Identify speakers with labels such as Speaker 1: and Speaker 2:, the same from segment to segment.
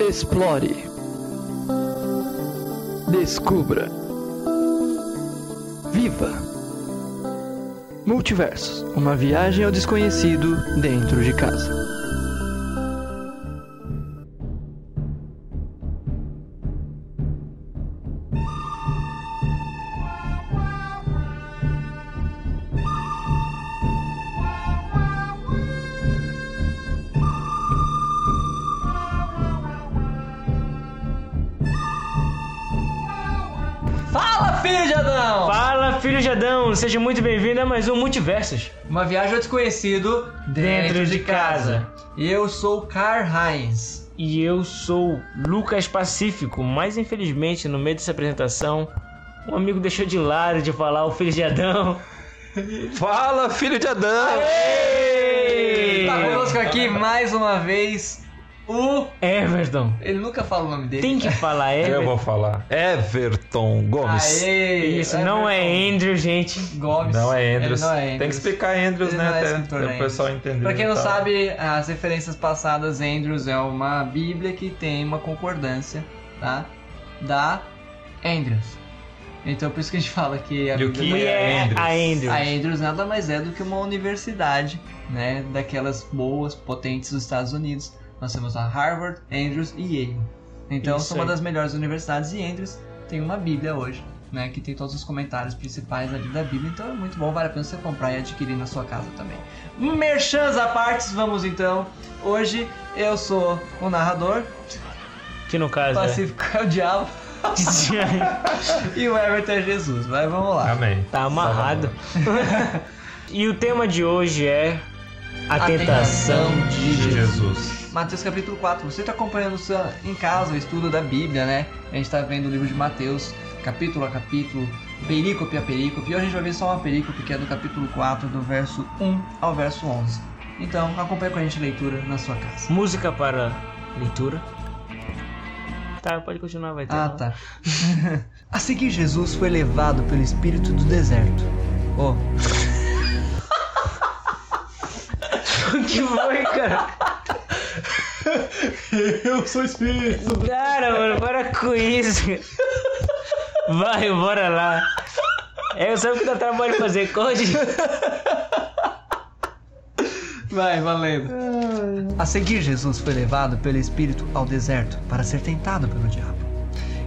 Speaker 1: Explore. Descubra. Viva. Multiversos uma viagem ao desconhecido dentro de casa.
Speaker 2: Fala, filho de Adão!
Speaker 3: Fala, filho de Adão! Seja muito bem-vindo a mais um Multiversos.
Speaker 2: Uma viagem ao desconhecido
Speaker 3: Dentro de casa.
Speaker 2: E eu sou o Car Heinz.
Speaker 3: E eu sou Lucas Pacífico, mas infelizmente, no meio dessa apresentação, um amigo deixou de lado de falar o filho de Adão.
Speaker 4: Fala, filho de Adão!
Speaker 3: Ei!
Speaker 2: Tá conosco aqui mais uma vez o.
Speaker 3: Everton.
Speaker 2: Ele nunca fala o nome dele.
Speaker 3: Tem que falar
Speaker 4: Eu
Speaker 3: Everton.
Speaker 4: vou falar. Everton Gomes.
Speaker 2: Aê,
Speaker 3: Isso não é
Speaker 2: Everton
Speaker 3: Andrew, gente.
Speaker 2: Gomes.
Speaker 4: Não é
Speaker 2: Ele
Speaker 4: Andrews.
Speaker 2: não é Andrews.
Speaker 4: Tem que explicar Andrews,
Speaker 2: Ele
Speaker 4: né?
Speaker 2: não é
Speaker 4: até
Speaker 2: escritor,
Speaker 4: pra
Speaker 2: né,
Speaker 4: o pessoal entender. tá?
Speaker 2: Pra quem não
Speaker 4: e tal.
Speaker 2: sabe, as referências passadas, Andrews é uma bíblia que tem uma concordância, tá? Da Andrews. Então por isso que a gente fala que a
Speaker 4: E o
Speaker 2: Bíblia
Speaker 4: que
Speaker 2: não
Speaker 3: E
Speaker 4: é
Speaker 3: é
Speaker 4: Andrews.
Speaker 3: a Andrews.
Speaker 2: A Ah, Andrews nada mais é do que uma universidade, né? Daquelas boas, potentes dos Estados Unidos. Nós temos a Harvard, Andrews e Yale. Então
Speaker 3: Isso
Speaker 2: são uma
Speaker 3: aí.
Speaker 2: das melhores universidades e Andrews tem uma Bíblia hoje, né? Que tem todos os comentários principais ali da Bíblia. Então é muito bom, vale a pena você comprar e adquirir na sua casa também. Merchans à parte, vamos então. Hoje eu sou o narrador,
Speaker 3: Que no caso
Speaker 2: Pacífico é o diabo
Speaker 3: é.
Speaker 2: e o Everton é Jesus. Mas vamos lá.
Speaker 4: Amém.
Speaker 3: tá amarrado. e o tema de hoje é a,
Speaker 2: A
Speaker 3: tentação.
Speaker 2: de
Speaker 4: De Jesus.
Speaker 2: Mateus capítulo 4. Você está acompanhando o seu- em casa o estudo da Bíblia, né? A gente está vendo o livro de Mateus, capítulo a capítulo, perícope a perícope. E hoje a gente vai ver só uma perícope que é do capítulo 4, do verso 1 ao verso 11. Então, acompanha com a gente a leitura na sua casa.
Speaker 3: Música para leitura. Tá, pode continuar, vai ter.
Speaker 2: Ah, tá. a seguir, Jesus foi levado pelo espírito do deserto. Oh,
Speaker 3: O que foi, cara?
Speaker 4: Eu sou espírito.
Speaker 3: Cara, mano, para com isso. Vai, bora lá. É, eu sabe o que dá trabalho fazer code.
Speaker 2: Vai, valendo. A seguir, Jesus foi levado pelo Espírito ao deserto para ser tentado pelo diabo.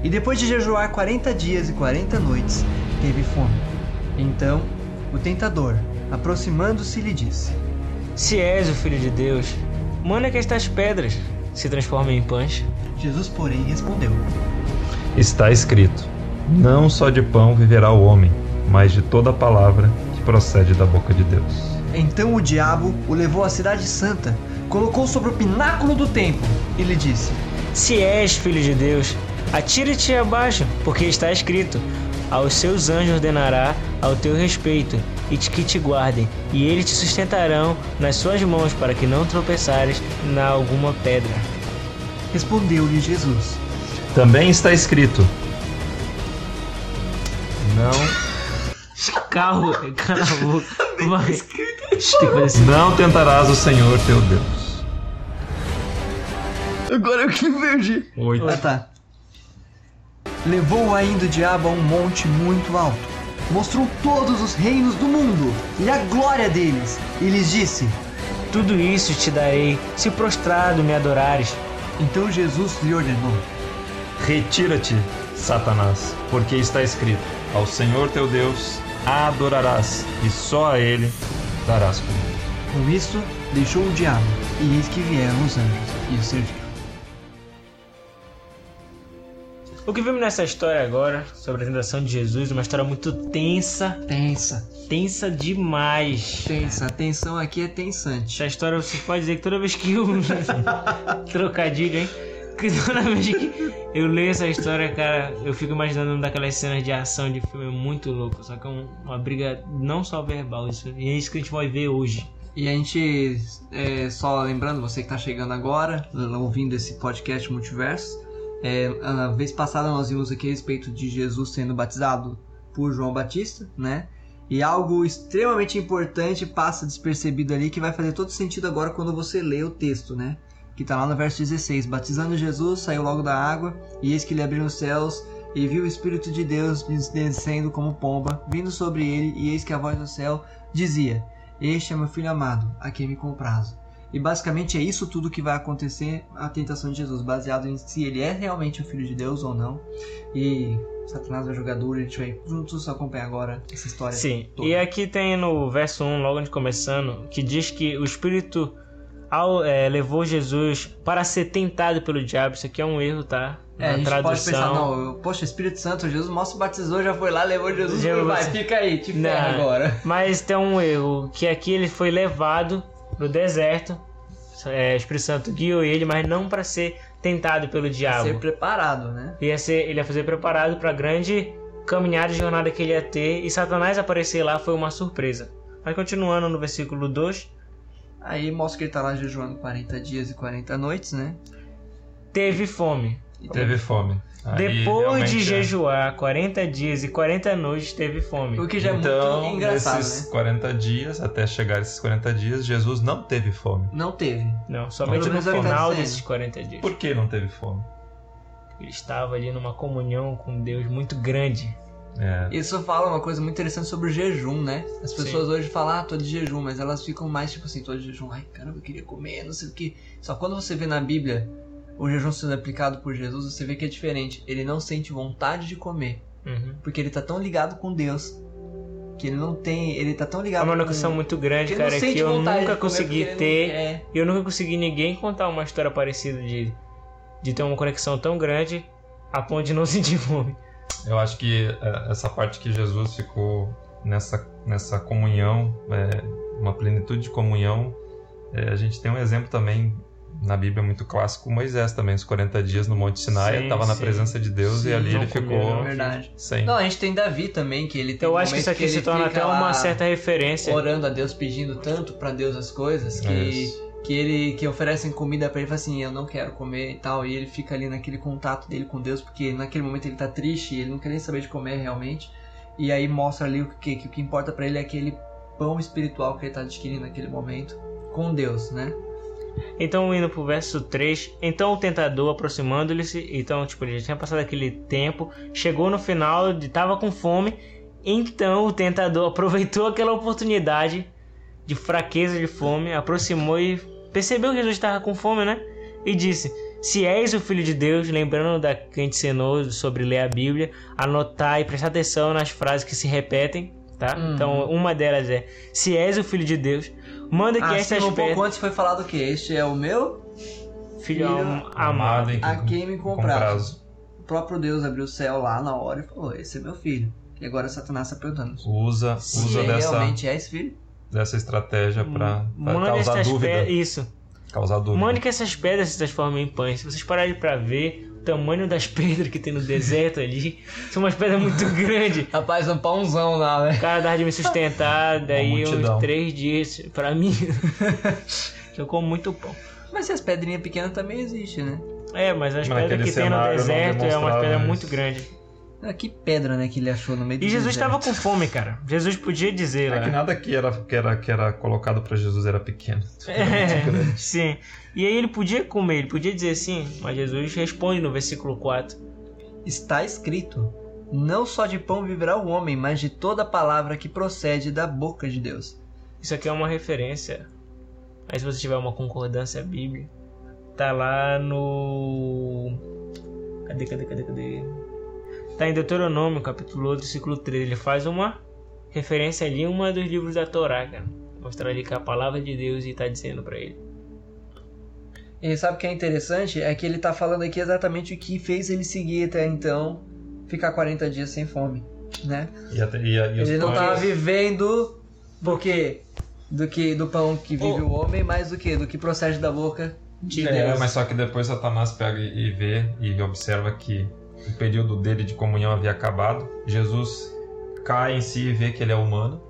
Speaker 2: E depois de jejuar 40 dias e 40 noites, teve fome. Então, o tentador, aproximando-se, lhe disse:
Speaker 3: Se és o filho de Deus, manda que estas pedras se transformem em pães.
Speaker 2: Jesus, porém, respondeu:
Speaker 4: Está escrito: Não só de pão viverá o homem, mas de toda palavra que procede da boca de Deus.
Speaker 2: Então o diabo o levou à Cidade Santa, colocou sobre o pináculo do templo e lhe disse:
Speaker 3: Se és filho de Deus, atira-te abaixo, porque está escrito: Aos seus anjos ordenará ao teu respeito, e te que te guardem, e eles te sustentarão nas suas mãos, para que não tropeçares na alguma pedra.
Speaker 2: Respondeu-lhe Jesus:
Speaker 4: Também está escrito: Não
Speaker 3: Carro, cala a boca. Vai. Deixa eu ter que fazer assim.
Speaker 4: Não tentarás o Senhor teu Deus.
Speaker 2: Agora eu que me perdi.
Speaker 4: Oito.
Speaker 2: Ah tá. Levou ainda o diabo a um monte muito alto. Mostrou todos os reinos do mundo e a glória deles. E lhes disse:
Speaker 3: Tudo isso te darei, se prostrado me adorares.
Speaker 2: Então Jesus lhe ordenou:
Speaker 4: Retira-te, Satanás, porque está escrito: Ao Senhor teu Deus adorarás, e só a Ele darás culto.
Speaker 2: Com isto, deixou o diabo. E eis que vieram os anjos e o serviram.
Speaker 3: O que vimos nessa história agora, sobre a tentação de Jesus, é uma história muito tensa,
Speaker 2: Tensa,
Speaker 3: tensa demais.
Speaker 2: tensa. A tensão aqui é tensante.
Speaker 3: Essa história vocês podem dizer que toda vez que eu. Trocadilho, hein? Que toda vez que eu leio essa história, cara, eu fico imaginando uma daquelas cenas de ação de filme muito louco. Só que é um- uma briga não só verbal, isso, e é isso que a gente vai ver hoje.
Speaker 2: E a gente, é, só lembrando, você que está chegando agora, ouvindo esse podcast Multiverso, é, a vez passada nós vimos aqui a respeito de Jesus sendo batizado por João Batista, né? E algo extremamente importante passa despercebido ali que vai fazer todo sentido agora quando você lê o texto, né? que tá lá no verso 16. Batizando Jesus, saiu logo da água, e eis que lhe abriram os céus, e viu o Espírito de Deus descendo como pomba, vindo sobre ele, e eis que a voz do céu dizia: Este é meu filho amado, a quem me comprazo. E basicamente é isso tudo que vai acontecer a tentação de Jesus, baseado em se ele é realmente o filho de Deus ou não. E Satanás vai jogar duro, a gente vai juntos acompanhar agora essa história.
Speaker 3: Sim,
Speaker 2: toda.
Speaker 3: e aqui tem no verso 1, logo onde começando, que diz que o Espírito ao- eh, levou Jesus para ser tentado pelo diabo. Isso aqui é um erro, tá? Na
Speaker 2: É, a gente pode
Speaker 3: tradução.
Speaker 2: pensar, não, eu- poxa, Espírito Santo, Jesus mal se batizou, já foi lá, levou Jesus, falou,
Speaker 3: Jesus.
Speaker 2: vai, fica aí, te
Speaker 3: Não.
Speaker 2: ferra agora.
Speaker 3: Mas tem um erro, que aqui ele foi levado pro deserto. É, o Espírito Santo guiou ele, mas não para ser tentado pelo diabo.
Speaker 2: Ser preparado, né?
Speaker 3: Ia ser, ele ia fazer preparado para a grande caminhada e jornada que ele ia ter, e Satanás aparecer lá foi uma surpresa. Mas continuando no versículo 2,
Speaker 2: Aí mostra que ele tá lá jejuando 40 dias e 40 noites, né?
Speaker 3: teve fome.
Speaker 2: E
Speaker 4: Teve fome. Aí,
Speaker 3: Depois de
Speaker 4: realmente, é.
Speaker 3: jejuar 40 dias e 40 noites, teve fome.
Speaker 2: O que já é
Speaker 4: então,
Speaker 2: muito engraçado,
Speaker 4: nesses
Speaker 2: né?
Speaker 4: 40 dias, até chegar esses 40 dias, Jesus não teve fome.
Speaker 2: Não teve.
Speaker 3: Não, somente
Speaker 4: Pelo
Speaker 3: no
Speaker 2: menos é o que tá
Speaker 3: final
Speaker 2: dizendo.
Speaker 3: desses 40 dias.
Speaker 4: Por que não teve fome?
Speaker 3: Ele estava ali numa comunhão com Deus muito grande.
Speaker 4: É,
Speaker 2: Isso fala uma coisa muito interessante sobre o jejum, né? As pessoas hoje falam, ah, tô de jejum, mas elas ficam mais tipo assim, tô de jejum, ai caramba, eu queria comer, não sei o que. Só quando você vê na Bíblia o jejum sendo aplicado por Jesus, você vê que é diferente. Ele não sente vontade de comer,
Speaker 3: Uhum.
Speaker 2: porque ele tá tão ligado com Deus que ele não tem. Ele tá tão
Speaker 3: É
Speaker 2: ligado
Speaker 3: uma
Speaker 2: com
Speaker 3: locução muito grande,
Speaker 2: Ele não
Speaker 3: cara,
Speaker 2: sente
Speaker 3: que eu
Speaker 2: vontade
Speaker 3: nunca
Speaker 2: de comer
Speaker 3: consegui
Speaker 2: porque ele
Speaker 3: ter.
Speaker 2: não é. quer.
Speaker 3: E eu nunca consegui ninguém contar uma história parecida de, de ter uma conexão tão grande a ponto de não sentir fome.
Speaker 4: eu acho que é, essa parte que Jesus ficou nessa, nessa comunhão, é, uma plenitude de comunhão, é, a gente tem um exemplo também na Bíblia muito clássico, Moisés também, os 40 dias no Monte Sinai,
Speaker 3: Sim,
Speaker 4: estava na
Speaker 3: sim.
Speaker 4: presença de Deus
Speaker 3: Sim,
Speaker 4: e ali
Speaker 3: não é
Speaker 4: ele
Speaker 3: comia,
Speaker 4: ficou
Speaker 3: não.
Speaker 2: Verdade.
Speaker 4: sem.
Speaker 2: Não, a gente tem Davi também, que ele tem
Speaker 3: Então eu
Speaker 2: um
Speaker 3: acho
Speaker 2: momento
Speaker 3: que isso aqui se
Speaker 2: ele
Speaker 3: torna
Speaker 2: fica
Speaker 3: até
Speaker 2: lá
Speaker 3: uma certa referência.
Speaker 2: Orando a Deus, pedindo tanto pra Deus as coisas, que,
Speaker 4: Isso.
Speaker 2: que ele que oferecem comida pra ele, fala assim, eu não quero comer e tal. E ele fica ali naquele contato dele com Deus, porque naquele momento ele tá triste e ele não quer nem saber de comer realmente. E aí mostra ali o que, que o que importa pra ele é aquele pão espiritual que ele tá adquirindo naquele momento com Deus, né?
Speaker 3: Então, indo pro verso 3, então o tentador aproximando-lhe-se, então, tipo, ele já tinha passado aquele tempo, chegou no final, de tava com fome, então o tentador aproveitou aquela oportunidade de fraqueza de fome, aproximou e percebeu que Jesus estava com fome, né? E disse: Se és o filho de Deus, lembrando da que a gente ensinou sobre ler a Bíblia, anotar e prestar atenção nas frases que se repetem, tá?
Speaker 2: Uhum.
Speaker 3: Então, uma delas é: Se és o filho de Deus, manda que
Speaker 2: Ah,
Speaker 3: estas
Speaker 2: sim, um
Speaker 3: pedras
Speaker 2: pouco antes foi falado o que? Este é o meu,
Speaker 3: filho
Speaker 2: Filho
Speaker 3: am- um amado.
Speaker 4: em
Speaker 2: a quem me comprazo.
Speaker 4: comprazo.
Speaker 2: O próprio Deus abriu o céu lá na hora e falou: Esse é meu filho. E agora Satanás está perguntando:
Speaker 4: Usa,
Speaker 3: Se
Speaker 4: usa
Speaker 2: "Ele
Speaker 4: dessa,
Speaker 2: realmente é esse filho?
Speaker 4: dessa estratégia para
Speaker 3: Manda
Speaker 4: causar
Speaker 3: Um essas
Speaker 4: dúvida.
Speaker 3: pedras. Isso.
Speaker 4: Causar dúvida.
Speaker 3: Manda que essas pedras se transformem em pães. Se vocês pararem pra ver o tamanho das pedras que tem no deserto ali, são umas pedras muito grandes.
Speaker 2: Rapaz, um pãozão lá, né?
Speaker 3: O cara dava de me sustentar, daí
Speaker 4: multidão.
Speaker 3: uns três dias pra mim. que eu como muito pão.
Speaker 2: Mas se as pedrinhas pequenas também existem, né?
Speaker 3: É, mas as
Speaker 4: Mas
Speaker 3: pedras
Speaker 4: naquele
Speaker 3: que tem no
Speaker 4: cenário não
Speaker 3: deserto é umas
Speaker 4: demonstrava
Speaker 3: pedras
Speaker 4: isso.
Speaker 3: muito grandes.
Speaker 2: Ah, que pedra, né, que ele achou no meio do
Speaker 3: E Jesus
Speaker 2: deserto.
Speaker 3: estava com fome, cara. Jesus podia dizer né?
Speaker 4: É que
Speaker 3: lá.
Speaker 4: nada que era, que era, que era colocado pra Jesus era pequeno.
Speaker 3: É, sim. E aí ele podia comer, ele podia dizer sim, mas Jesus responde no versículo 4.
Speaker 2: Está escrito: Não só de pão viverá o homem, mas de toda palavra que procede da boca de Deus.
Speaker 3: Isso aqui é uma referência. Aí se você tiver uma concordância bíblica, tá lá no. Cadê, cadê, cadê, cadê? Tá em Deuteronômio, capítulo 8, versículo 3. Ele faz uma referência ali, uma dos livros da Torá, cara. Mostrar ali que é a palavra de Deus e tá dizendo pra ele.
Speaker 2: E sabe o que é interessante? É que ele tá falando aqui exatamente o que fez ele seguir até então ficar 40 dias sem fome, né?
Speaker 4: E, até, e, e os
Speaker 2: Ele não
Speaker 4: pães-
Speaker 2: tava vivendo do quê? Do que do pão que vive o homem, mas do que? Do que procede da boca de
Speaker 4: É,
Speaker 2: Deus.
Speaker 4: mas só que depois Satanás pega e e vê e observa que o período dele de comunhão havia acabado. Jesus cai em si e vê que ele é humano.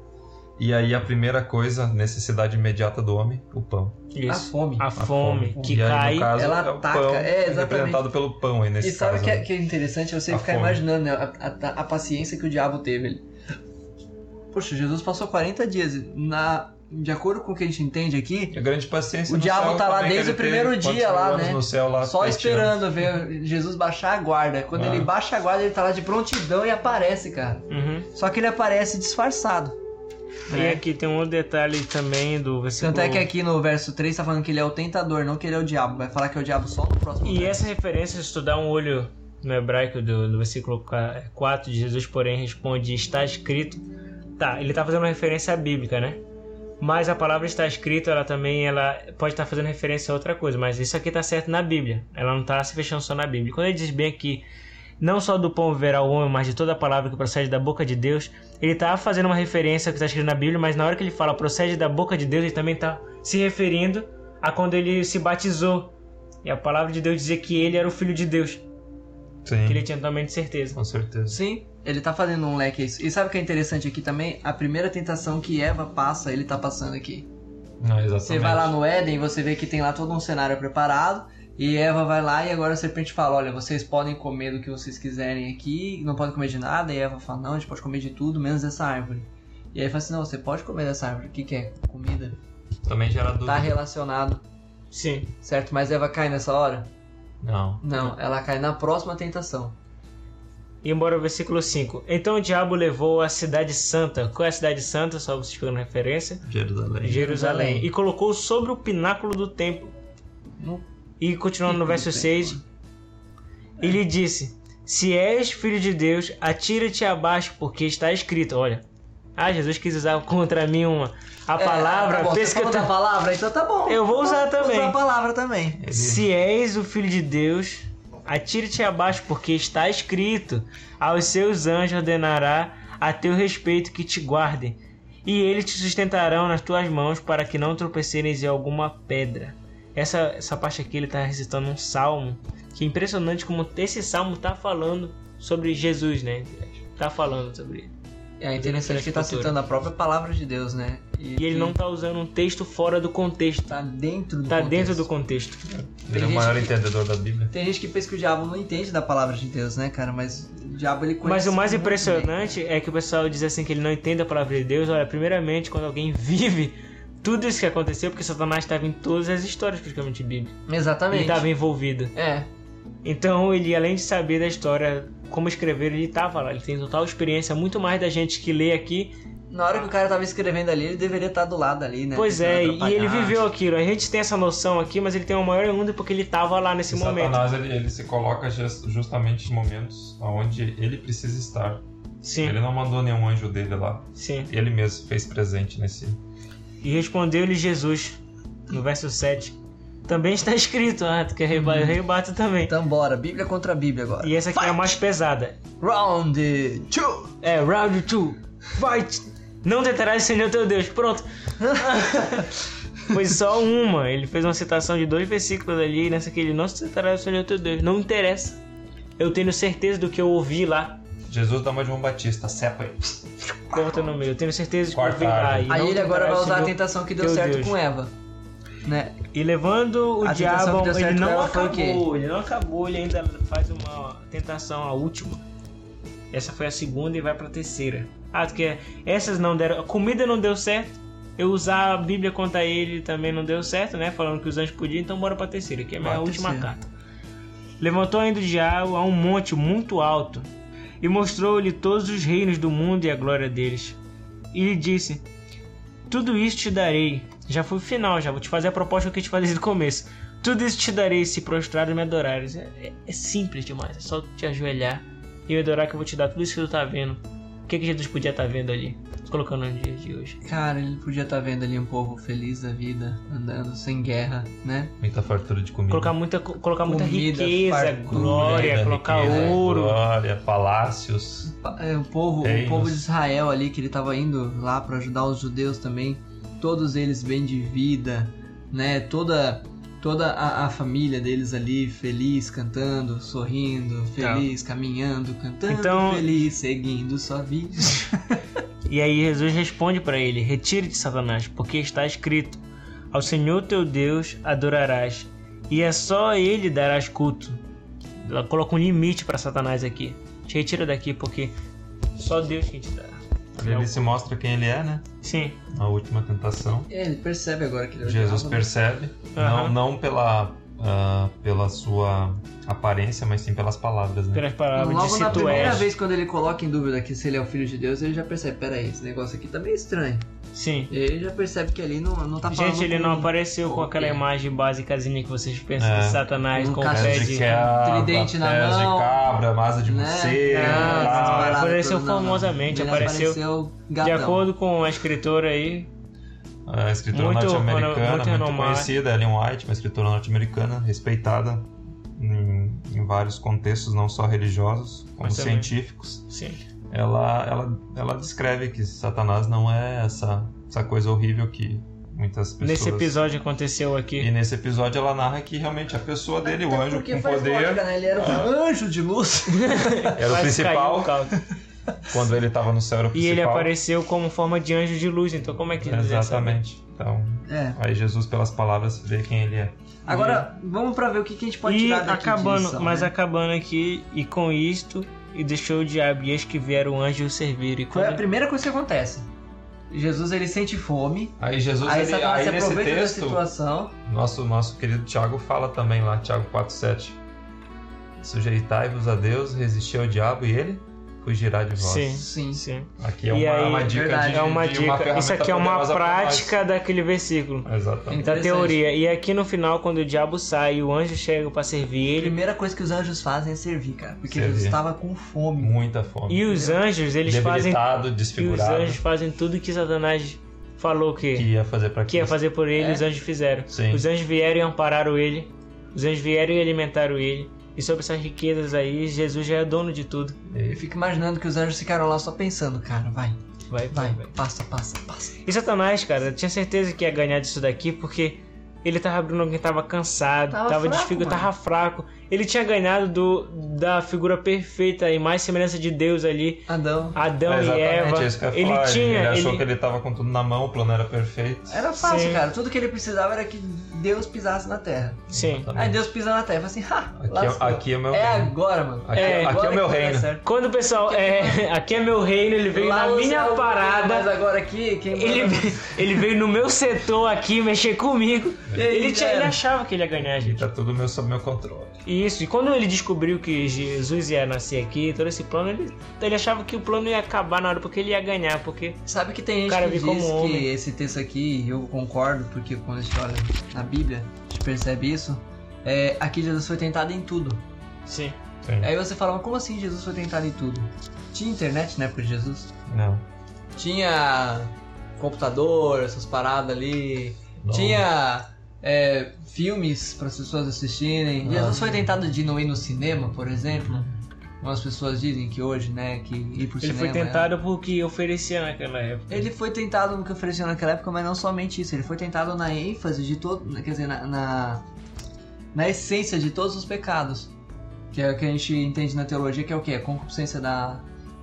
Speaker 4: E aí a primeira coisa, necessidade imediata do homem, o pão.
Speaker 2: A
Speaker 3: Isso.
Speaker 2: fome.
Speaker 3: A, fome, que
Speaker 4: E aí, no
Speaker 3: cai.
Speaker 4: caso,
Speaker 2: ela
Speaker 4: é o
Speaker 2: ataca.
Speaker 4: pão,
Speaker 2: É, exatamente.
Speaker 4: representado pelo pão aí nesse
Speaker 2: E sabe o
Speaker 4: caso.
Speaker 2: que, é,
Speaker 4: né?
Speaker 2: que é interessante? Você
Speaker 4: A
Speaker 2: ficar
Speaker 4: fome.
Speaker 2: imaginando né, a, a- a paciência que o diabo teve. Ele... Poxa, Jesus passou 40 dias na de acordo com o que a gente entende aqui,
Speaker 4: E a É grande paciência
Speaker 2: O
Speaker 4: no
Speaker 2: diabo
Speaker 4: céu
Speaker 2: tá lá
Speaker 4: também, que
Speaker 2: desde
Speaker 4: ele
Speaker 2: o primeiro
Speaker 4: teve, quando
Speaker 2: dia lá,
Speaker 4: saiu anos
Speaker 2: né?
Speaker 4: No céu lá,
Speaker 2: só
Speaker 4: sete anos.
Speaker 2: esperando ver Jesus baixar a guarda. Quando
Speaker 4: Tá Ah.
Speaker 2: ele baixa a guarda, ele tá lá de prontidão e aparece, cara.
Speaker 3: Uhum.
Speaker 2: Só que ele aparece disfarçado.
Speaker 4: né?
Speaker 3: E aqui tem um outro detalhe também do versículo.
Speaker 2: Tanto é que aqui no verso 3 tá falando que ele é o tentador, não que ele é o diabo. Vai falar que é o diabo só no próximo
Speaker 3: E
Speaker 2: verso.
Speaker 3: essa referência, se tu dá um olho no hebraico do, do versículo 4 de Jesus, porém, responde: está escrito. Tá, ele tá fazendo uma referência à bíblica, né? Mas a palavra está escrito, ela também ela pode estar fazendo referência a outra coisa, mas isso aqui tá certo na Bíblia. Ela não tá se fechando só na Bíblia. Quando ele diz bem aqui, não só do pão viverá o homem, mas de toda a palavra que procede da boca de Deus, ele tá fazendo uma referência ao que está escrito na Bíblia, mas na hora que ele fala procede da boca de Deus, ele também tá se referindo a quando ele se batizou. E a palavra de Deus dizia que ele era o filho de Deus,
Speaker 4: Sim,
Speaker 3: que ele tinha totalmente certeza.
Speaker 4: com certeza.
Speaker 2: Sim, ele tá fazendo um leque isso. E sabe o que é interessante aqui também? A primeira tentação que Eva passa, ele tá passando aqui.
Speaker 4: Não, exatamente.
Speaker 2: Você vai lá no Éden, você vê que tem lá todo um cenário preparado. E Eva vai lá e agora a serpente fala: Olha, vocês podem comer do que vocês quiserem aqui, não podem comer de nada. E Eva fala: Não, a gente pode comer de tudo, menos dessa árvore. E aí fala assim: Não, você pode comer dessa árvore. O que, que é? Comida.
Speaker 4: Também gera dúvida.
Speaker 2: Tá relacionado,
Speaker 3: Sim.
Speaker 2: certo? Mas Eva cai nessa hora?
Speaker 4: Não.
Speaker 2: Não, ela cai na próxima tentação.
Speaker 3: E embora o versículo 5. Então o diabo levou a cidade santa. Qual é a cidade santa? Só vocês pegando referência.
Speaker 4: Jerusalém.
Speaker 3: Jerusalém. E colocou sobre o pináculo do templo.
Speaker 2: No-
Speaker 3: E continuando no
Speaker 2: Pico do
Speaker 3: verso
Speaker 2: templo,
Speaker 3: 6, ele disse: Se és filho de Deus, atira-te abaixo, porque está escrito. Olha, ah, Jesus quis usar contra mim uma a
Speaker 2: É,
Speaker 3: palavra.
Speaker 2: tá bom,
Speaker 3: pensa
Speaker 2: você
Speaker 3: que
Speaker 2: falou
Speaker 3: eu
Speaker 2: da
Speaker 3: tô...
Speaker 2: palavra, então tá bom.
Speaker 3: Eu vou usar também.
Speaker 2: Vou usar a palavra também.
Speaker 4: Ele-
Speaker 3: Se és o filho de Deus, atira-te abaixo, porque está escrito: Aos seus anjos ordenará a teu respeito que te guardem, e eles te sustentarão nas tuas mãos para que não tropeceres em alguma pedra. Essa, essa parte aqui ele está recitando um salmo, que é impressionante como esse salmo está falando sobre Jesus, né? Está falando sobre ele.
Speaker 2: É interessante que tá
Speaker 3: Cultura.
Speaker 2: citando a própria palavra de Deus, né?
Speaker 3: E ele não está usando um texto fora do contexto,
Speaker 2: tá dentro do
Speaker 3: está
Speaker 2: contexto.
Speaker 3: dentro do contexto.
Speaker 4: Ele é o maior entendedor da Bíblia.
Speaker 2: Tem gente que pensa que o diabo não entende da palavra de Deus, né, cara? Mas o diabo ele conhece.
Speaker 3: Mas o mais
Speaker 2: muito
Speaker 3: impressionante é que o pessoal diz assim que ele não entende a palavra de Deus. Olha, primeiramente, quando alguém vive tudo isso que aconteceu, porque Satanás estava em todas as histórias praticamente bíblicas.
Speaker 2: bem.
Speaker 3: Ele
Speaker 2: Exatamente.
Speaker 3: estava envolvido.
Speaker 2: É.
Speaker 3: Então, ele, além de saber da história, como escrever, ele estava lá. Ele tem total experiência, muito mais da gente que lê aqui.
Speaker 2: Na hora que o cara tava escrevendo ali, ele deveria estar do lado ali, né?
Speaker 3: pois é,
Speaker 2: Tentando
Speaker 3: e ele
Speaker 2: atrapalhar.
Speaker 3: viveu aquilo. A gente tem essa noção aqui, mas ele tem uma maior onda porque ele estava lá nesse
Speaker 4: E
Speaker 3: momento.
Speaker 4: Satanás ele, ele se coloca just- justamente em momentos onde ele precisa estar.
Speaker 3: Sim,
Speaker 4: Ele não mandou nenhum anjo dele lá.
Speaker 3: sim.
Speaker 4: Ele mesmo se fez presente nesse.
Speaker 3: E respondeu-lhe Jesus, no verso 7. Também está escrito, ah, tu quer rebater? Eu rebato também.
Speaker 2: Então bora, Bíblia contra Bíblia agora.
Speaker 3: E essa aqui é a mais pesada.
Speaker 2: Round two!
Speaker 3: É Round 2, Fight! Não tentarás acender teu Deus. Pronto. Foi só uma. Ele fez uma citação de dois versículos ali. E nessa aqui ele não tentarás acender teu Deus. Não interessa. Eu tenho certeza do que eu ouvi lá.
Speaker 4: Jesus dá uma de João Batista, sepa ele.
Speaker 3: Corta no meio. Eu tenho certeza do que eu
Speaker 4: Corta
Speaker 3: ouvi
Speaker 4: a
Speaker 3: lá.
Speaker 4: árvore.
Speaker 3: e
Speaker 2: Aí
Speaker 3: não
Speaker 2: ele agora vai
Speaker 3: tentarás
Speaker 2: usar a
Speaker 3: acender-
Speaker 2: tentação que deu
Speaker 3: Meu
Speaker 2: certo
Speaker 3: Deus.
Speaker 2: com Eva. Né?
Speaker 3: E levando o
Speaker 2: A tentação que
Speaker 3: diabo,
Speaker 2: deu certo
Speaker 3: ele
Speaker 2: com
Speaker 3: não
Speaker 2: ela foi o quê?
Speaker 3: acabou, ele não acabou, ele ainda faz uma tentação, a última. Essa foi a segunda e vai pra terceira. Ah, tu quer? Essas não deram. A comida não deu certo. Eu usar a Bíblia contra ele também não deu certo, né? Falando que os anjos podiam, então bora pra terceira, que é a minha
Speaker 2: Bora pra
Speaker 3: última
Speaker 2: terceira.
Speaker 3: carta. Levantou ainda o diabo a um monte muito alto e mostrou-lhe todos os reinos do mundo e a glória deles. E lhe disse: Tudo isso te darei. Já foi o final, já vou te fazer a proposta que eu te falei desde o começo. Tudo isso te darei se prostrar e me adorares. É, é- é simples demais, é só te ajoelhar e me adorar que eu vou te dar tudo isso que tu tá vendo. O que, que Jesus podia estar vendo ali? Colocando no dia de hoje.
Speaker 2: Cara, ele podia estar vendo ali um povo feliz da vida, andando sem guerra, né?
Speaker 4: Muita fartura de comida.
Speaker 3: Colocar muita, co- colocar muita
Speaker 2: Comida,
Speaker 3: riqueza,
Speaker 2: fartura,
Speaker 3: glória,
Speaker 4: Comida,
Speaker 3: colocar
Speaker 4: riqueza,
Speaker 3: ouro.
Speaker 4: Glória, palácios.
Speaker 2: Pa- é, O povo, o
Speaker 4: Reinos.
Speaker 2: povo de Israel ali, que ele tava indo lá para ajudar os judeus também, todos eles bem de vida, né? Toda, toda a, a família deles ali feliz, cantando, sorrindo, feliz, caminhando, cantando,
Speaker 3: Tá. Então-
Speaker 2: feliz, seguindo sua vida.
Speaker 3: E aí Jesus responde para ele: Retire-te, Satanás, porque está escrito: Ao Senhor teu Deus adorarás, e é só a ele darás culto. Ela coloca um limite para Satanás aqui. Te retira daqui, porque só Deus que te dá
Speaker 4: Ele se mostra quem ele é, né?
Speaker 3: Sim.
Speaker 4: Na última tentação.
Speaker 2: Ele percebe agora que ele é o
Speaker 4: Jesus
Speaker 2: diabo, né?
Speaker 4: percebe, não,
Speaker 3: Aham.
Speaker 4: não pela, ah, pela sua aparência, mas sim pelas palavras, né?
Speaker 3: Pelas palavras de
Speaker 2: Logo
Speaker 3: se
Speaker 2: na
Speaker 3: tu
Speaker 2: primeira
Speaker 3: és.
Speaker 2: vez, quando ele coloca em dúvida que se ele é o filho de Deus, ele já percebe, peraí, esse negócio aqui tá meio estranho.
Speaker 3: Sim.
Speaker 2: Ele já percebe que ali não, não tá falando
Speaker 3: Gente, ele
Speaker 2: com
Speaker 3: não apareceu com aquela
Speaker 2: Ok.
Speaker 3: imagem básicazinha que vocês pensam
Speaker 4: É.
Speaker 3: que Satanás
Speaker 2: Um
Speaker 3: com o
Speaker 2: cacete.
Speaker 3: pé
Speaker 4: Pés de
Speaker 3: de...
Speaker 4: cabra,
Speaker 2: tridente na
Speaker 4: pés
Speaker 2: mão,
Speaker 4: de cabra, asa de
Speaker 2: né?
Speaker 4: morcego,
Speaker 3: Ah,
Speaker 4: tal.
Speaker 3: essas paradas. apareceu
Speaker 2: todas, não, não.
Speaker 3: famosamente,
Speaker 2: Ele
Speaker 3: apareceu De
Speaker 2: gatão.
Speaker 3: acordo com a escritora aí,
Speaker 4: A escritora
Speaker 3: Muito reno-
Speaker 4: norte-americana,
Speaker 3: muito
Speaker 4: muito,
Speaker 3: renomada.
Speaker 4: conhecida, Ellen White, uma escritora norte-americana, respeitada em, em vários contextos, não só religiosos, como
Speaker 3: Mas também.
Speaker 4: científicos.
Speaker 3: sim.
Speaker 4: Ela, ela, ela descreve que Satanás não é essa, essa coisa horrível que muitas pessoas...
Speaker 3: Nesse episódio aconteceu aqui.
Speaker 4: E nesse episódio ela narra que realmente a pessoa dele, o
Speaker 2: Até
Speaker 4: anjo
Speaker 2: porque
Speaker 4: com
Speaker 2: faz
Speaker 4: poder, Ah.
Speaker 2: lógica, né? Ele era um anjo de luz.
Speaker 4: era o
Speaker 3: Quase caiu
Speaker 4: principal.
Speaker 3: o caldo.
Speaker 4: Quando ele estava no céu era
Speaker 3: E
Speaker 4: o principal.
Speaker 3: ele apareceu como forma de anjo de luz, então como é que eles iam saber?
Speaker 4: Exatamente. Então,
Speaker 2: É.
Speaker 4: aí Jesus, pelas palavras, vê quem ele é.
Speaker 2: Agora, vamos pra ver o que, que a gente pode
Speaker 3: e
Speaker 2: tirar daqui
Speaker 3: acabando,
Speaker 2: de lição,
Speaker 3: mas
Speaker 2: né?
Speaker 3: acabando aqui, e com isto, e deixou o diabo, e eis que vieram o anjo o servir. E
Speaker 2: Foi a
Speaker 3: quando...
Speaker 2: primeira coisa que acontece. Jesus, ele sente fome.
Speaker 4: Aí Jesus,
Speaker 2: Aí
Speaker 4: ele-
Speaker 2: Satanás
Speaker 4: aí
Speaker 2: se
Speaker 4: nesse
Speaker 2: aproveita da
Speaker 4: texto,
Speaker 2: situação.
Speaker 4: nosso, nosso querido Tiago fala também lá, Tiago 4,7. Sujeitai-vos a Deus, resisti ao diabo e ele fugirá de vós.
Speaker 3: Sim.
Speaker 2: Sim.
Speaker 3: Sim.
Speaker 4: Aqui é
Speaker 3: E
Speaker 4: uma,
Speaker 3: aí,
Speaker 4: uma dica
Speaker 2: verdade,
Speaker 4: de,
Speaker 3: É uma
Speaker 4: de
Speaker 3: dica.
Speaker 4: ferramenta
Speaker 3: Isso aqui é uma
Speaker 4: poderosa pra nós.
Speaker 3: prática daquele versículo.
Speaker 4: Exatamente.
Speaker 3: Da
Speaker 2: Interessante.
Speaker 3: teoria. E aqui no final, quando o diabo sai e o anjo chega pra servir
Speaker 2: A
Speaker 3: ele.
Speaker 2: primeira coisa que os anjos fazem é servir, cara. Porque
Speaker 4: Servir.
Speaker 2: Jesus estava com fome.
Speaker 4: Muita fome.
Speaker 3: E os anjos, eles fazem.
Speaker 4: Debilitado,
Speaker 3: E os
Speaker 4: desfigurado,
Speaker 3: anjos fazem tudo que Satanás falou que.
Speaker 4: que ia fazer pra
Speaker 3: que ia fazer por ele, os anjos fizeram.
Speaker 4: Sim.
Speaker 3: Os anjos vieram e ampararam ele. Os anjos vieram e alimentaram ele. E sobre essas riquezas aí, Jesus já é dono de tudo.
Speaker 2: Eu fico imaginando que os anjos ficaram lá só pensando, cara, vai,
Speaker 3: Vai, vai,
Speaker 2: vai,
Speaker 3: vai.
Speaker 2: passa, passa, passa.
Speaker 3: E Satanás, cara, eu tinha certeza que ia ganhar disso daqui porque ele tava abrindo alguém que tava cansado,
Speaker 2: Tava
Speaker 3: tava,
Speaker 2: fraco,
Speaker 3: desfigurado,
Speaker 2: mano.
Speaker 3: tava fraco. Ele tinha ganhado do, da figura perfeita e mais semelhança de Deus ali,
Speaker 2: Adão.
Speaker 3: Adão
Speaker 4: É,
Speaker 3: e
Speaker 4: exatamente,
Speaker 3: Eva.
Speaker 4: é isso que eu ia
Speaker 3: ele
Speaker 4: falar.
Speaker 3: tinha,
Speaker 4: ele
Speaker 3: ele,
Speaker 4: achou que ele tava com tudo na mão, o plano era perfeito.
Speaker 2: Era fácil,
Speaker 3: Sim.
Speaker 2: cara. Tudo que ele precisava era que Deus pisasse na terra.
Speaker 3: sim.
Speaker 2: Aí Deus pisa na terra e fala assim, ha,
Speaker 4: Aqui é-
Speaker 2: lascou.
Speaker 4: aqui é o meu
Speaker 2: É
Speaker 4: reino.
Speaker 2: agora, mano.
Speaker 4: Aqui-
Speaker 2: é,
Speaker 4: aqui é o
Speaker 2: agora
Speaker 4: meu
Speaker 2: que vai dar
Speaker 4: reino.
Speaker 2: certo.
Speaker 3: Quando o pessoal, é, aqui é meu reino, ele veio
Speaker 2: Lá
Speaker 3: na
Speaker 2: você é
Speaker 3: minha
Speaker 2: o- Mas
Speaker 3: parada.
Speaker 2: agora aqui, quem
Speaker 3: Ele,
Speaker 2: manda-
Speaker 3: ele veio no meu setor aqui mexer comigo.
Speaker 2: E aí,
Speaker 3: Ele,
Speaker 2: já
Speaker 3: tinha- ele
Speaker 2: era.
Speaker 3: achava que ele ia ganhar, gente.
Speaker 4: Tá tudo meu, sob meu controle.
Speaker 3: E isso, e quando ele descobriu que Jesus ia nascer aqui, todo esse plano, ele, ele achava que o plano ia acabar na hora, porque ele ia ganhar, porque.
Speaker 2: Sabe que tem gente
Speaker 3: Cara,
Speaker 2: que
Speaker 3: vi
Speaker 2: diz
Speaker 3: como
Speaker 2: que
Speaker 3: homem.
Speaker 2: esse texto aqui, eu concordo, porque quando a gente olha na Bíblia, a gente percebe isso. É, aqui Jesus foi tentado em tudo.
Speaker 3: Sim.
Speaker 4: Sim.
Speaker 2: Aí você fala, mas como assim Jesus foi tentado em tudo? Tinha internet na época de Jesus?
Speaker 4: Não.
Speaker 2: Tinha computador, essas paradas ali.
Speaker 4: não.
Speaker 2: Tinha é, filmes para as pessoas assistirem.
Speaker 4: Ah.
Speaker 2: Jesus foi tentado de não ir no cinema, por exemplo. Umas pessoas dizem que hoje, né, que ir pro
Speaker 3: Ele
Speaker 2: cinema.
Speaker 3: foi
Speaker 2: é-
Speaker 3: tentado porque oferecia naquela época.
Speaker 2: Ele foi tentado no que ofereceu naquela época, mas não somente isso. Ele foi tentado na ênfase de todo. Quer dizer, na, na. na essência de todos os pecados. Que é o que a gente entende na teologia, que é o quê? A concupiscência da,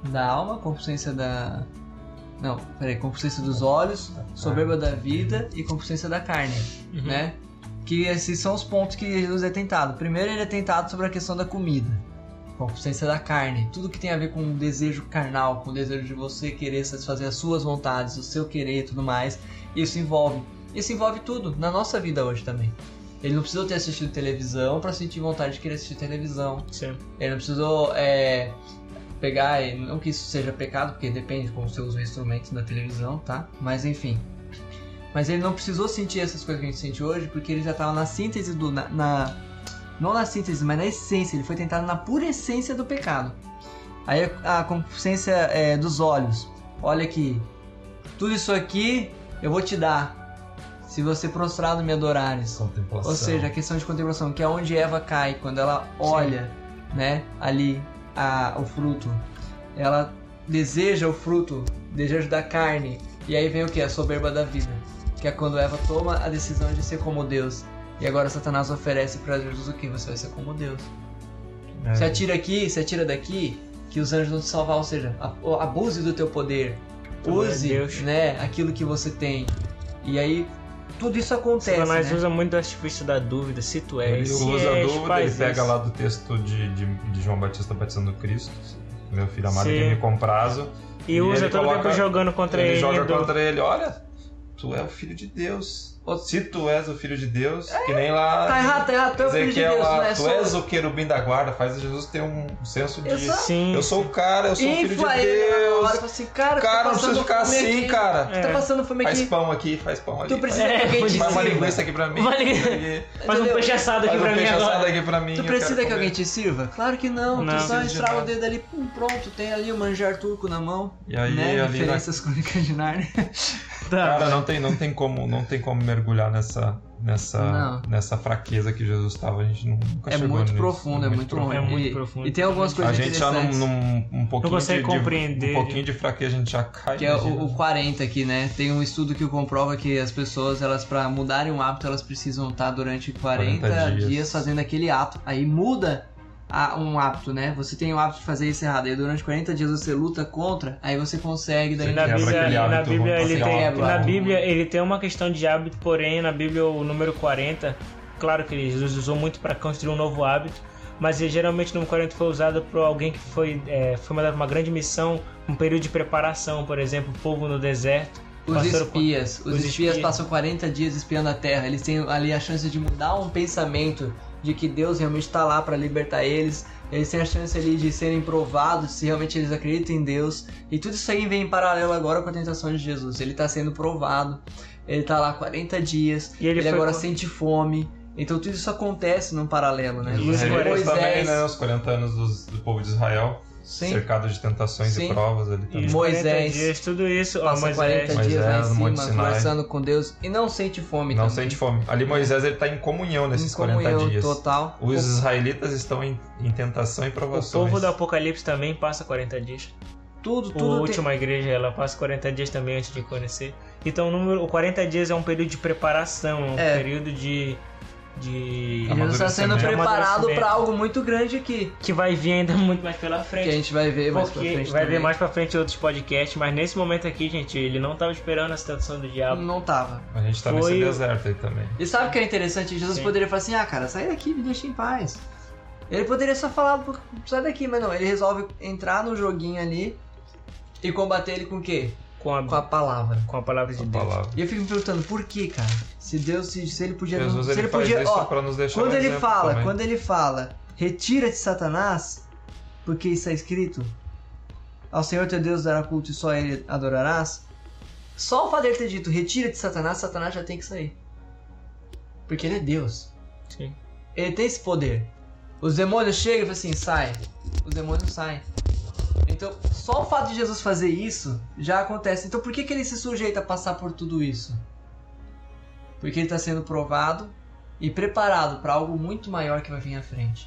Speaker 2: da alma, concupiscência da. Não, peraí, concupiscência dos olhos, soberba da vida e concupiscência da carne,
Speaker 3: Uhum.
Speaker 2: né? Que esses são os pontos que Jesus é tentado. Primeiro, ele é tentado sobre a questão da comida concupiscência da carne, tudo que tem a ver com o desejo carnal, com o desejo de você querer satisfazer as suas vontades, o seu querer e tudo mais, isso envolve. Isso envolve tudo na nossa vida hoje também. Ele não precisou ter assistido televisão para sentir vontade de querer assistir televisão.
Speaker 3: Sim.
Speaker 2: Ele não precisou é, pegar, e não que isso seja pecado, porque depende de como você usa os instrumentos da televisão, tá? Mas enfim. Mas ele não precisou sentir essas coisas que a gente sente hoje, porque ele já estava na síntese do. Na, na- não na síntese, mas na essência. Ele foi tentado na pura essência do pecado. Aí a, a consciência é, dos olhos. Olha aqui. Tudo isso aqui eu vou te dar. Se você prostrado me adorares.
Speaker 4: É. Contemplação.
Speaker 2: Ou seja, a questão de contemplação, que é onde Eva cai, quando ela olha, né, ali a- o fruto. Ela deseja o fruto, desejo da carne. E aí vem o que? A soberba da vida. Que é quando Eva toma a decisão de ser como Deus. E agora Satanás oferece para Jesus o que? Você vai ser como Deus.
Speaker 4: É.
Speaker 2: Se atira aqui, se atira daqui, que os anjos vão te salvar. Ou seja, a- abuse do teu poder.
Speaker 3: Pelo amor de
Speaker 2: Use,
Speaker 3: Deus.
Speaker 2: né, aquilo que você tem. E aí, tudo isso acontece,
Speaker 3: Satanás
Speaker 2: né?
Speaker 3: usa muito o artifício da dúvida, se tu és.
Speaker 4: Ele
Speaker 3: se é
Speaker 4: usa a
Speaker 3: és,
Speaker 4: dúvida,
Speaker 3: faz
Speaker 4: ele pega
Speaker 3: isso.
Speaker 4: lá do texto de, de, de João Batista batizando Cristo, meu filho amado
Speaker 3: Sim.
Speaker 4: que me comprazo.
Speaker 3: E,
Speaker 4: E
Speaker 3: usa
Speaker 4: ele
Speaker 3: todo
Speaker 4: coloca-
Speaker 3: tempo jogando contra
Speaker 4: ele
Speaker 3: ele.
Speaker 4: joga
Speaker 3: do-
Speaker 4: contra ele, olha, tu é o filho de Deus. Ou Se tu és o filho de Deus, que nem lá.
Speaker 2: Tá errado, tá errado, tu é o filho de
Speaker 4: Ezequiel
Speaker 2: Deus, não
Speaker 4: lá,
Speaker 2: é
Speaker 4: tu
Speaker 2: só.
Speaker 4: és um o querubim da guarda, faz Jesus ter um senso de.
Speaker 2: Exato.
Speaker 3: Sim.
Speaker 4: Eu sou o cara, eu sou o filho de
Speaker 2: Infla ele na hora,
Speaker 4: Deus.
Speaker 2: fala assim, cara,
Speaker 4: Cara,
Speaker 2: tá
Speaker 4: não precisa
Speaker 2: passando
Speaker 4: ficar
Speaker 2: fome
Speaker 4: assim,
Speaker 2: aqui,
Speaker 4: cara.
Speaker 2: Tu tá passando fome
Speaker 4: Faz
Speaker 2: aqui,
Speaker 4: pão aqui, faz pão ali.
Speaker 2: tu precisa
Speaker 3: É,
Speaker 2: que alguém te
Speaker 3: faz
Speaker 4: Faz uma
Speaker 2: sirva.
Speaker 4: linguiça aqui pra mim.
Speaker 3: Vale-
Speaker 4: faz aqui.
Speaker 3: Faz um
Speaker 2: Entendeu?
Speaker 3: peixe assado aqui
Speaker 4: Faz um
Speaker 3: pra mim
Speaker 4: peixe
Speaker 3: agora.
Speaker 4: assado aqui pra mim.
Speaker 2: Tu
Speaker 4: eu
Speaker 2: precisa
Speaker 4: quero
Speaker 2: que alguém
Speaker 4: comer.
Speaker 2: te sirva? Claro que não,
Speaker 3: Não.
Speaker 2: tu só
Speaker 4: Precisa de
Speaker 2: estrala o
Speaker 4: nada.
Speaker 2: dedo ali, pum, pronto, tem ali o manjar turco na mão.
Speaker 4: E aí,
Speaker 2: né?
Speaker 4: ali, na-
Speaker 2: Referências crônicas de Narnia.
Speaker 3: Tá.
Speaker 4: Cara, não tem, não tem como, não tem como mergulhar nessa, nessa,
Speaker 2: Não.
Speaker 4: nessa fraqueza que Jesus estava. A gente nu- nunca
Speaker 2: É
Speaker 4: chegou
Speaker 2: muito
Speaker 4: nisso.
Speaker 2: profundo, é muito longe.
Speaker 3: É muito
Speaker 2: E-
Speaker 3: profundo.
Speaker 2: E tem algumas
Speaker 4: A
Speaker 2: coisas
Speaker 4: gente já num,
Speaker 2: interessantes.
Speaker 4: num- um pouquinho
Speaker 3: consegue
Speaker 4: de, de-
Speaker 3: compreender.
Speaker 4: um pouquinho de fraqueza a gente já cai.
Speaker 2: Que é o,
Speaker 4: imagina.
Speaker 2: o 40 aqui, né? Tem um estudo que comprova que as pessoas, elas para mudarem um hábito, elas precisam estar durante 40,
Speaker 4: 40 dias.
Speaker 2: dias. fazendo aquele ato. Aí muda a- um hábito, né? Você tem o hábito de fazer isso errado. Aí durante 40 dias você luta contra, aí você consegue daí.
Speaker 4: Você
Speaker 3: Na
Speaker 4: Quebra
Speaker 3: Bíblia,
Speaker 4: aquele
Speaker 3: na
Speaker 4: hábito
Speaker 3: Bíblia ele
Speaker 4: social,
Speaker 3: tem,
Speaker 2: hábito.
Speaker 3: na Bíblia ele tem uma questão de hábito, porém na Bíblia o número 40, claro que Jesus usou muito para construir um novo hábito, mas eh, geralmente o número 40 foi usado por alguém que foi, eh, foi mandado uma grande missão, um período de preparação, por exemplo, o povo no deserto.
Speaker 2: Os
Speaker 3: passaram por-
Speaker 2: espias. Os,
Speaker 3: os
Speaker 2: espias,
Speaker 3: espias.
Speaker 2: passam 40 dias espiando a terra. Eles têm ali a chance de mudar um pensamento de que Deus realmente está lá para libertar eles. Eles têm a chance ali de serem provados se realmente eles acreditam em Deus. E tudo isso aí vem em paralelo agora com a tentação de Jesus. Ele está sendo provado. Ele tá lá 40 dias.
Speaker 3: E ele
Speaker 2: Ele,
Speaker 3: foi
Speaker 2: agora
Speaker 3: pro-
Speaker 2: sente fome. Então tudo isso acontece num paralelo, né?
Speaker 4: Os
Speaker 3: Os
Speaker 4: hebreus
Speaker 2: Moisés,
Speaker 4: também, né? Os 40 anos dos- do povo de Israel,
Speaker 2: Sim.
Speaker 4: cercado de tentações
Speaker 2: Sim.
Speaker 4: e provas ali
Speaker 3: E os
Speaker 4: também.
Speaker 3: 40
Speaker 2: Moisés
Speaker 3: dias, tudo isso, ó,
Speaker 2: passa 40
Speaker 3: Moisés.
Speaker 2: dias lá em
Speaker 4: Moisés, no Monte
Speaker 2: cima,
Speaker 4: Sinai.
Speaker 2: conversando com Deus e não sente fome
Speaker 4: Não
Speaker 2: também.
Speaker 4: sente fome. Ali Moisés ele tá em comunhão nesses
Speaker 2: Em
Speaker 4: 40
Speaker 2: comunhão
Speaker 4: dias.
Speaker 2: total.
Speaker 4: Os israelitas estão em, em tentação e
Speaker 3: O
Speaker 4: provações.
Speaker 3: povo do Apocalipse também passa 40 dias.
Speaker 2: Tudo,
Speaker 3: A
Speaker 2: tudo tem...
Speaker 3: última igreja, ela passa 40 dias também antes de conhecer. Então, o número, o 40 dias é um período de preparação, é um
Speaker 2: É.
Speaker 3: período de. de
Speaker 2: Ele está tá sendo preparado
Speaker 4: Amadurecimento.
Speaker 3: É Amadurecimento.
Speaker 2: para algo muito grande aqui.
Speaker 3: que vai vir ainda muito mais pela
Speaker 2: Que a
Speaker 3: frente.
Speaker 2: gente vai ver mais pra
Speaker 3: porque
Speaker 2: frente.
Speaker 3: vai
Speaker 2: também.
Speaker 3: ver mais pra frente outros podcasts, mas nesse momento aqui, gente, ele não tava esperando a tentação do diabo.
Speaker 2: Não tava.
Speaker 4: A gente tá
Speaker 3: Foi
Speaker 4: nesse
Speaker 3: o-
Speaker 4: deserto aí também.
Speaker 2: E sabe o que é interessante? Jesus
Speaker 3: Sim.
Speaker 2: poderia falar assim: ah, cara, sai daqui, me deixa em paz. Ele poderia só falar, "Pô, sai daqui, mas não. Ele resolve entrar no joguinho ali e combater ele com o quê?
Speaker 3: Com a,
Speaker 2: Com a palavra.
Speaker 3: com a palavra de
Speaker 4: A
Speaker 3: Deus.
Speaker 4: palavra.
Speaker 2: E eu fico me perguntando, por que, cara? Se Deus, se, se ele podia.
Speaker 4: Jesus
Speaker 2: se
Speaker 4: ele, faz
Speaker 2: podia.
Speaker 4: isso
Speaker 2: ó,
Speaker 4: pra nos deixar um
Speaker 2: Quando ele
Speaker 4: exemplo
Speaker 2: fala,
Speaker 4: também.
Speaker 2: quando ele fala, retira-te Satanás, porque está escrito, ao Senhor teu Deus dará culto e só a ele adorarás. Só o fato dele ter dito, retira-te Satanás, Satanás já tem que sair. Porque ele é Deus.
Speaker 3: Sim.
Speaker 2: Ele tem esse poder. Os demônios chegam e falam assim, sai. Os demônios saem. Então, só o fato de Jesus fazer isso já acontece. Então, por que, que ele se sujeita a passar por tudo isso? Porque ele está sendo provado e preparado para algo muito maior que vai vir à frente.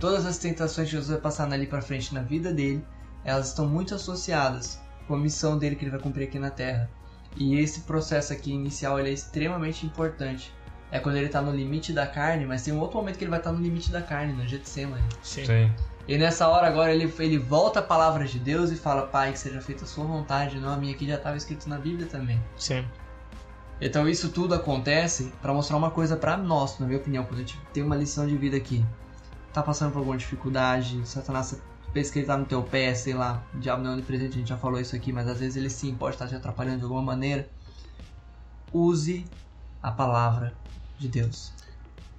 Speaker 2: Todas as tentações que Jesus vai passar dali para frente na vida dele, elas estão muito associadas com a missão dele que ele vai cumprir aqui na Terra. E esse processo aqui inicial ele é extremamente importante. É quando ele está no limite da carne, mas tem um outro momento que ele vai estar no limite da carne, no Getsemane.
Speaker 3: Sim.
Speaker 4: Sim.
Speaker 2: E nessa hora agora ele, ele volta a palavra de Deus e fala, Pai, que seja feita a sua vontade, não a minha que já estava escrito na Bíblia também.
Speaker 3: Sim.
Speaker 2: Então isso tudo acontece pra mostrar uma coisa pra nós, na minha opinião, quando a gente tem uma lição de vida aqui. Tá passando por alguma dificuldade, Satanás pensa que ele tá no teu pé, sei lá, o diabo não é onipresente, a gente já falou isso aqui, mas às vezes ele sim pode estar te atrapalhando de alguma maneira. Use a palavra de Deus.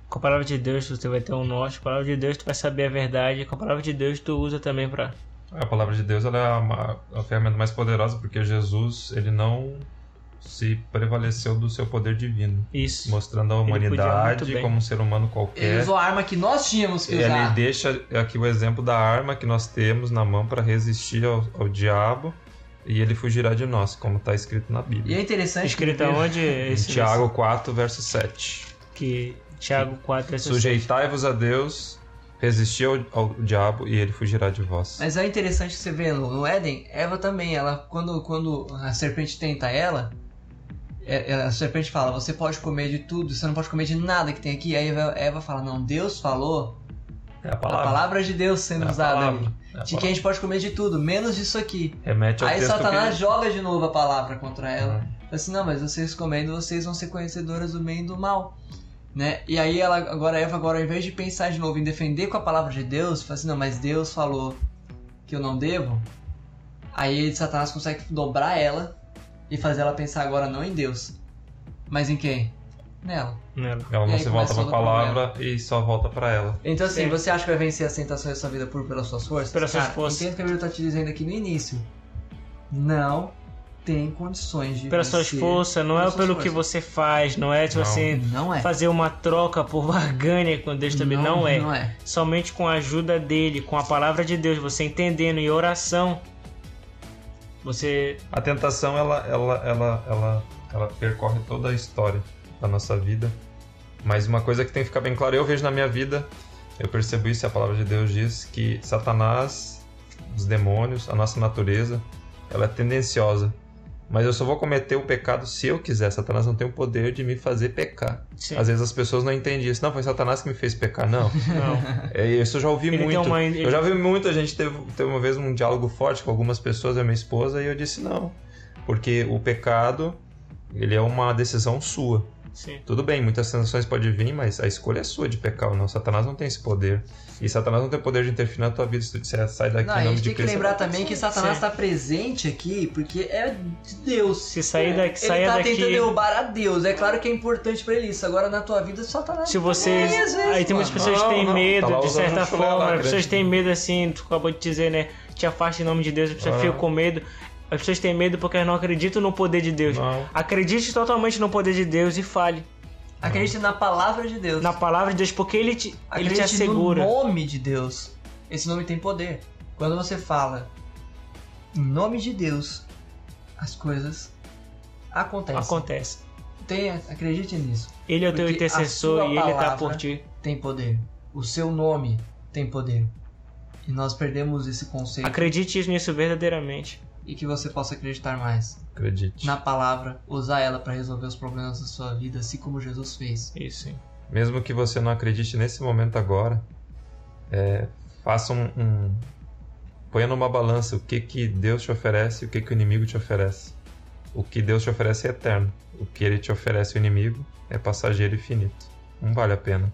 Speaker 3: Com a palavra de Deus você vai ter um norte, com a palavra de Deus tu vai saber a verdade, com a palavra de Deus tu usa também pra...
Speaker 4: A palavra de Deus ela é uma- a ferramenta mais poderosa porque Jesus ele não se prevaleceu do seu poder divino,
Speaker 3: Isso.
Speaker 4: mostrando a
Speaker 3: Ele podia
Speaker 4: humanidade
Speaker 3: muito bem.
Speaker 4: como um ser humano qualquer.
Speaker 2: Ele usou a arma que nós tínhamos que
Speaker 4: Ele
Speaker 2: usar.
Speaker 4: deixa aqui o exemplo da arma que nós temos na mão para resistir ao, ao diabo e ele fugirá de nós, como está escrito na
Speaker 2: E
Speaker 4: Bíblia.
Speaker 2: é interessante
Speaker 3: Escrito
Speaker 2: que
Speaker 3: aonde?
Speaker 4: Em
Speaker 3: Esse,
Speaker 4: Tiago 4, verso 7.
Speaker 3: Que Tiago 4 é
Speaker 4: Sujeitai-vos a Deus, resisti ao, ao diabo e ele fugirá de vós.
Speaker 2: Mas é interessante você ver no, no Éden, Eva também, ela quando, quando a serpente tenta ela, é- é, a serpente fala, você pode comer de tudo, você não pode comer de nada que tem aqui. Aí Eva, Eva fala, não, Deus falou,
Speaker 4: É a
Speaker 2: a palavra de Deus sendo
Speaker 4: É a
Speaker 2: usada
Speaker 4: palavra,
Speaker 2: ali.
Speaker 4: é a
Speaker 2: De que a gente pode comer de tudo, menos disso aqui.
Speaker 4: palavra. Remete ao
Speaker 2: Aí
Speaker 4: texto
Speaker 2: Satanás
Speaker 4: que...
Speaker 2: joga de novo a palavra contra ela. Fala assim, não, mas vocês comendo, vocês vão ser conhecedoras do bem e do mal. Né? E aí ela, agora a Eva, agora, ao invés de pensar de novo em defender com a palavra de Deus, fala assim, não, mas Deus falou que eu não devo, aí Satanás consegue dobrar ela e fazer ela pensar agora não em Deus, mas em quem? Nela.
Speaker 3: Nela.
Speaker 4: Ela
Speaker 2: E
Speaker 4: não
Speaker 2: aí
Speaker 4: se
Speaker 2: começa
Speaker 4: volta pra
Speaker 2: todo
Speaker 4: palavra e só volta pra ela.
Speaker 2: Então assim,
Speaker 3: Sim.
Speaker 2: você acha que vai vencer as tentações da sua vida por pelas suas forças?
Speaker 3: Pelas suas
Speaker 2: Cara,
Speaker 3: forças.
Speaker 2: Entendo o que a Bíblia tá te dizendo aqui no início. Não tem condições de
Speaker 3: Pelas suas
Speaker 2: vencer.
Speaker 3: forças, não é
Speaker 2: pelas suas
Speaker 3: pelo que você faz, não é tipo
Speaker 4: Não.
Speaker 3: assim,
Speaker 2: Não é.
Speaker 3: fazer uma troca por barganha com Deus também, não, é.
Speaker 2: Não é.
Speaker 3: Somente com a ajuda dele, com a palavra de Deus, você entendendo e oração, você
Speaker 4: A tentação, ela, ela, ela, ela, ela percorre toda a história da nossa vida. Mas uma coisa que tem que ficar bem clara, eu vejo na minha vida, eu percebo isso, e a palavra de Deus diz que Satanás, os demônios, a nossa natureza, ela é tendenciosa. Mas eu só vou cometer o pecado se eu quiser. Satanás não tem o poder de me fazer pecar.
Speaker 3: Sim.
Speaker 4: Às vezes as pessoas não entendem isso. Não, foi Satanás que me fez pecar. Não.
Speaker 3: não.
Speaker 4: É, isso eu já ouvi
Speaker 3: Ele tem
Speaker 4: muito.
Speaker 3: uma- ele-
Speaker 4: Eu já ouvi muito, a gente teve, teve uma vez um diálogo forte com algumas pessoas, eu e minha esposa, e eu disse não. Porque o pecado, ele é uma decisão sua.
Speaker 3: Sim.
Speaker 4: Tudo bem, muitas sensações podem vir, mas a escolha é sua de pecar ou não. Satanás não tem esse poder. E Satanás não tem o poder de interferir na tua vida. Se tu disser, sai daqui
Speaker 2: Não,
Speaker 4: em
Speaker 2: a
Speaker 4: é nome
Speaker 2: gente
Speaker 4: de
Speaker 2: tem que
Speaker 4: Cristo.
Speaker 2: lembrar também que Satanás está presente aqui porque é de Deus.
Speaker 3: Se sair daqui,
Speaker 2: ele
Speaker 3: saia
Speaker 2: tá
Speaker 3: daqui.
Speaker 2: tentando derrubar a Deus. É claro que é importante pra ele isso. Agora na tua vida só tá na
Speaker 3: Se vocês.
Speaker 2: É, às vezes,
Speaker 3: aí tem muitas
Speaker 2: mano.
Speaker 3: pessoas que
Speaker 4: Não,
Speaker 3: têm
Speaker 4: não,
Speaker 3: medo,
Speaker 4: tá lá
Speaker 3: de
Speaker 4: usando
Speaker 3: certa
Speaker 4: um chulé lá,
Speaker 3: forma. As
Speaker 4: grande.
Speaker 3: pessoas têm medo, assim, tu acabou de dizer, né? Te afaste em nome de Deus, a pessoa
Speaker 4: Ah.
Speaker 3: fica com medo. As pessoas têm medo porque elas não acreditam no poder de Deus.
Speaker 4: Não.
Speaker 3: Acredite totalmente no poder de Deus e fale.
Speaker 2: Acredite na palavra de Deus.
Speaker 3: Na palavra de Deus, porque ele te, ele
Speaker 2: Acredite
Speaker 3: te assegura.
Speaker 2: no nome de Deus. Esse nome tem poder. Quando você fala em nome de Deus, as coisas acontecem.
Speaker 3: Acontece.
Speaker 2: Tenha, acredite nisso.
Speaker 3: Ele é o teu
Speaker 2: Porque a
Speaker 3: intercessor
Speaker 2: sua
Speaker 3: e ele tá
Speaker 2: palavra-
Speaker 3: por ti.
Speaker 2: Tem poder. O seu nome tem poder. E nós perdemos esse conceito
Speaker 3: Acredite nisso verdadeiramente.
Speaker 2: e que você possa acreditar mais.
Speaker 4: Acredite.
Speaker 2: na palavra, usar ela pra resolver os problemas da sua vida, assim como Jesus fez.
Speaker 3: Isso, hein?
Speaker 4: mesmo que você não acredite nesse momento agora, é, faça um, um ponha numa balança o que que Deus te oferece, e o que que o inimigo te oferece. O que Deus te oferece é eterno. O que ele te oferece o inimigo é passageiro e finito. Não vale a pena.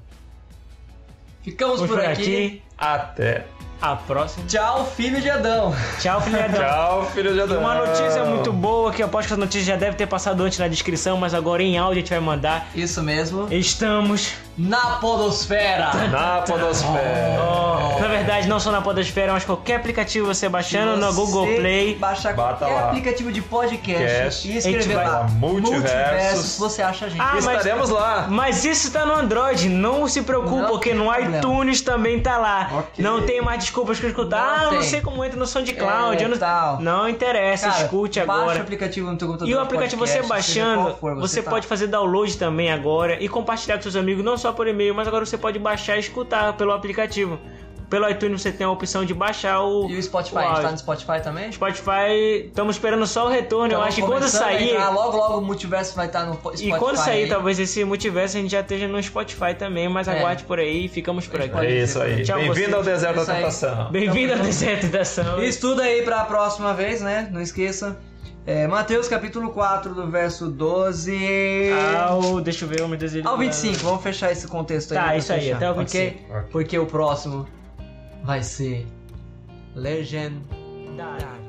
Speaker 2: Ficamos
Speaker 3: Vamos
Speaker 2: por
Speaker 3: por
Speaker 2: aqui.
Speaker 3: aqui.
Speaker 4: Até.
Speaker 3: A próxima.
Speaker 2: Tchau, filho de Adão.
Speaker 3: Tchau, filhadão.
Speaker 4: Tchau, filho de
Speaker 3: E
Speaker 4: Adão.
Speaker 3: Uma notícia muito boa que eu aposto que essa notícia já deve ter passado antes na descrição, mas agora em áudio a gente vai mandar.
Speaker 2: Isso mesmo.
Speaker 3: Estamos.
Speaker 2: Na podosfera.
Speaker 4: Na podosfera.
Speaker 2: É.
Speaker 3: ó, Na verdade, não só na Podosfera, mas qualquer aplicativo você baixando no
Speaker 2: Você
Speaker 3: Google Play.
Speaker 2: Baixar
Speaker 4: Bata
Speaker 2: qualquer
Speaker 4: lá.
Speaker 2: aplicativo de podcast
Speaker 4: Cast.
Speaker 2: e escrever
Speaker 3: A gente
Speaker 2: lá.
Speaker 4: vai lá, Multiversos.
Speaker 2: você acha a gente.
Speaker 3: Ah, mas-
Speaker 4: Estaremos lá.
Speaker 3: Mas isso tá no Android, não se preocupe,
Speaker 2: Não
Speaker 3: porque no
Speaker 2: tem problema.
Speaker 3: iTunes também tá lá.
Speaker 4: Ok.
Speaker 3: Não tem mais desculpas que escutar.
Speaker 2: Não
Speaker 3: ah, eu não
Speaker 2: tem.
Speaker 3: sei como entra no SoundCloud.
Speaker 2: É,
Speaker 3: eu não...
Speaker 2: tal.
Speaker 3: não interessa,
Speaker 2: Cara,
Speaker 3: escute
Speaker 2: Baixa o
Speaker 3: agora.
Speaker 2: aplicativo no teu computador.
Speaker 3: E o aplicativo
Speaker 2: podcast,
Speaker 3: você
Speaker 2: seja
Speaker 3: baixando,
Speaker 2: qual for,
Speaker 3: você
Speaker 2: tá.
Speaker 3: pode fazer download também agora e compartilhar com seus amigos, não só por e-mail, mas agora você pode baixar e escutar pelo aplicativo. Pelo iTunes você tem a opção de baixar o.
Speaker 2: E o Spotify,
Speaker 3: o
Speaker 2: a gente
Speaker 3: áudio.
Speaker 2: tá no Spotify também?
Speaker 3: Spotify, estamos esperando só o retorno. eu
Speaker 2: Então,
Speaker 3: acho que quando
Speaker 2: começando a
Speaker 3: sair.
Speaker 2: entrar, logo, logo o multiverso vai estar no Spotify.
Speaker 3: E quando sair,
Speaker 2: aí.
Speaker 3: talvez esse multiverso, a gente já esteja no Spotify também, mas
Speaker 2: É.
Speaker 3: aguarde por aí e ficamos por
Speaker 2: Pode
Speaker 4: É
Speaker 3: aqui.
Speaker 4: isso aí.
Speaker 3: Tchau, vocês.
Speaker 4: Bem-vindo ao deserto da
Speaker 2: Isso aí.
Speaker 4: tentação.
Speaker 3: Bem-vindo ao Deserto da Ação.
Speaker 2: Estuda aí pra próxima vez, né? Não esqueça. É, Mateus capítulo 4, do verso 12
Speaker 3: Ao. Deixa eu ver, eu me desejo.
Speaker 2: ao 25. Vamos fechar esse contexto aí.
Speaker 3: Ah,
Speaker 2: né,
Speaker 3: Tá,
Speaker 2: pra
Speaker 3: isso aí,
Speaker 2: fechar,
Speaker 3: até o
Speaker 2: ok?
Speaker 3: 25.
Speaker 4: Ok.
Speaker 2: Porque o próximo vai ser Legend.
Speaker 3: Tá.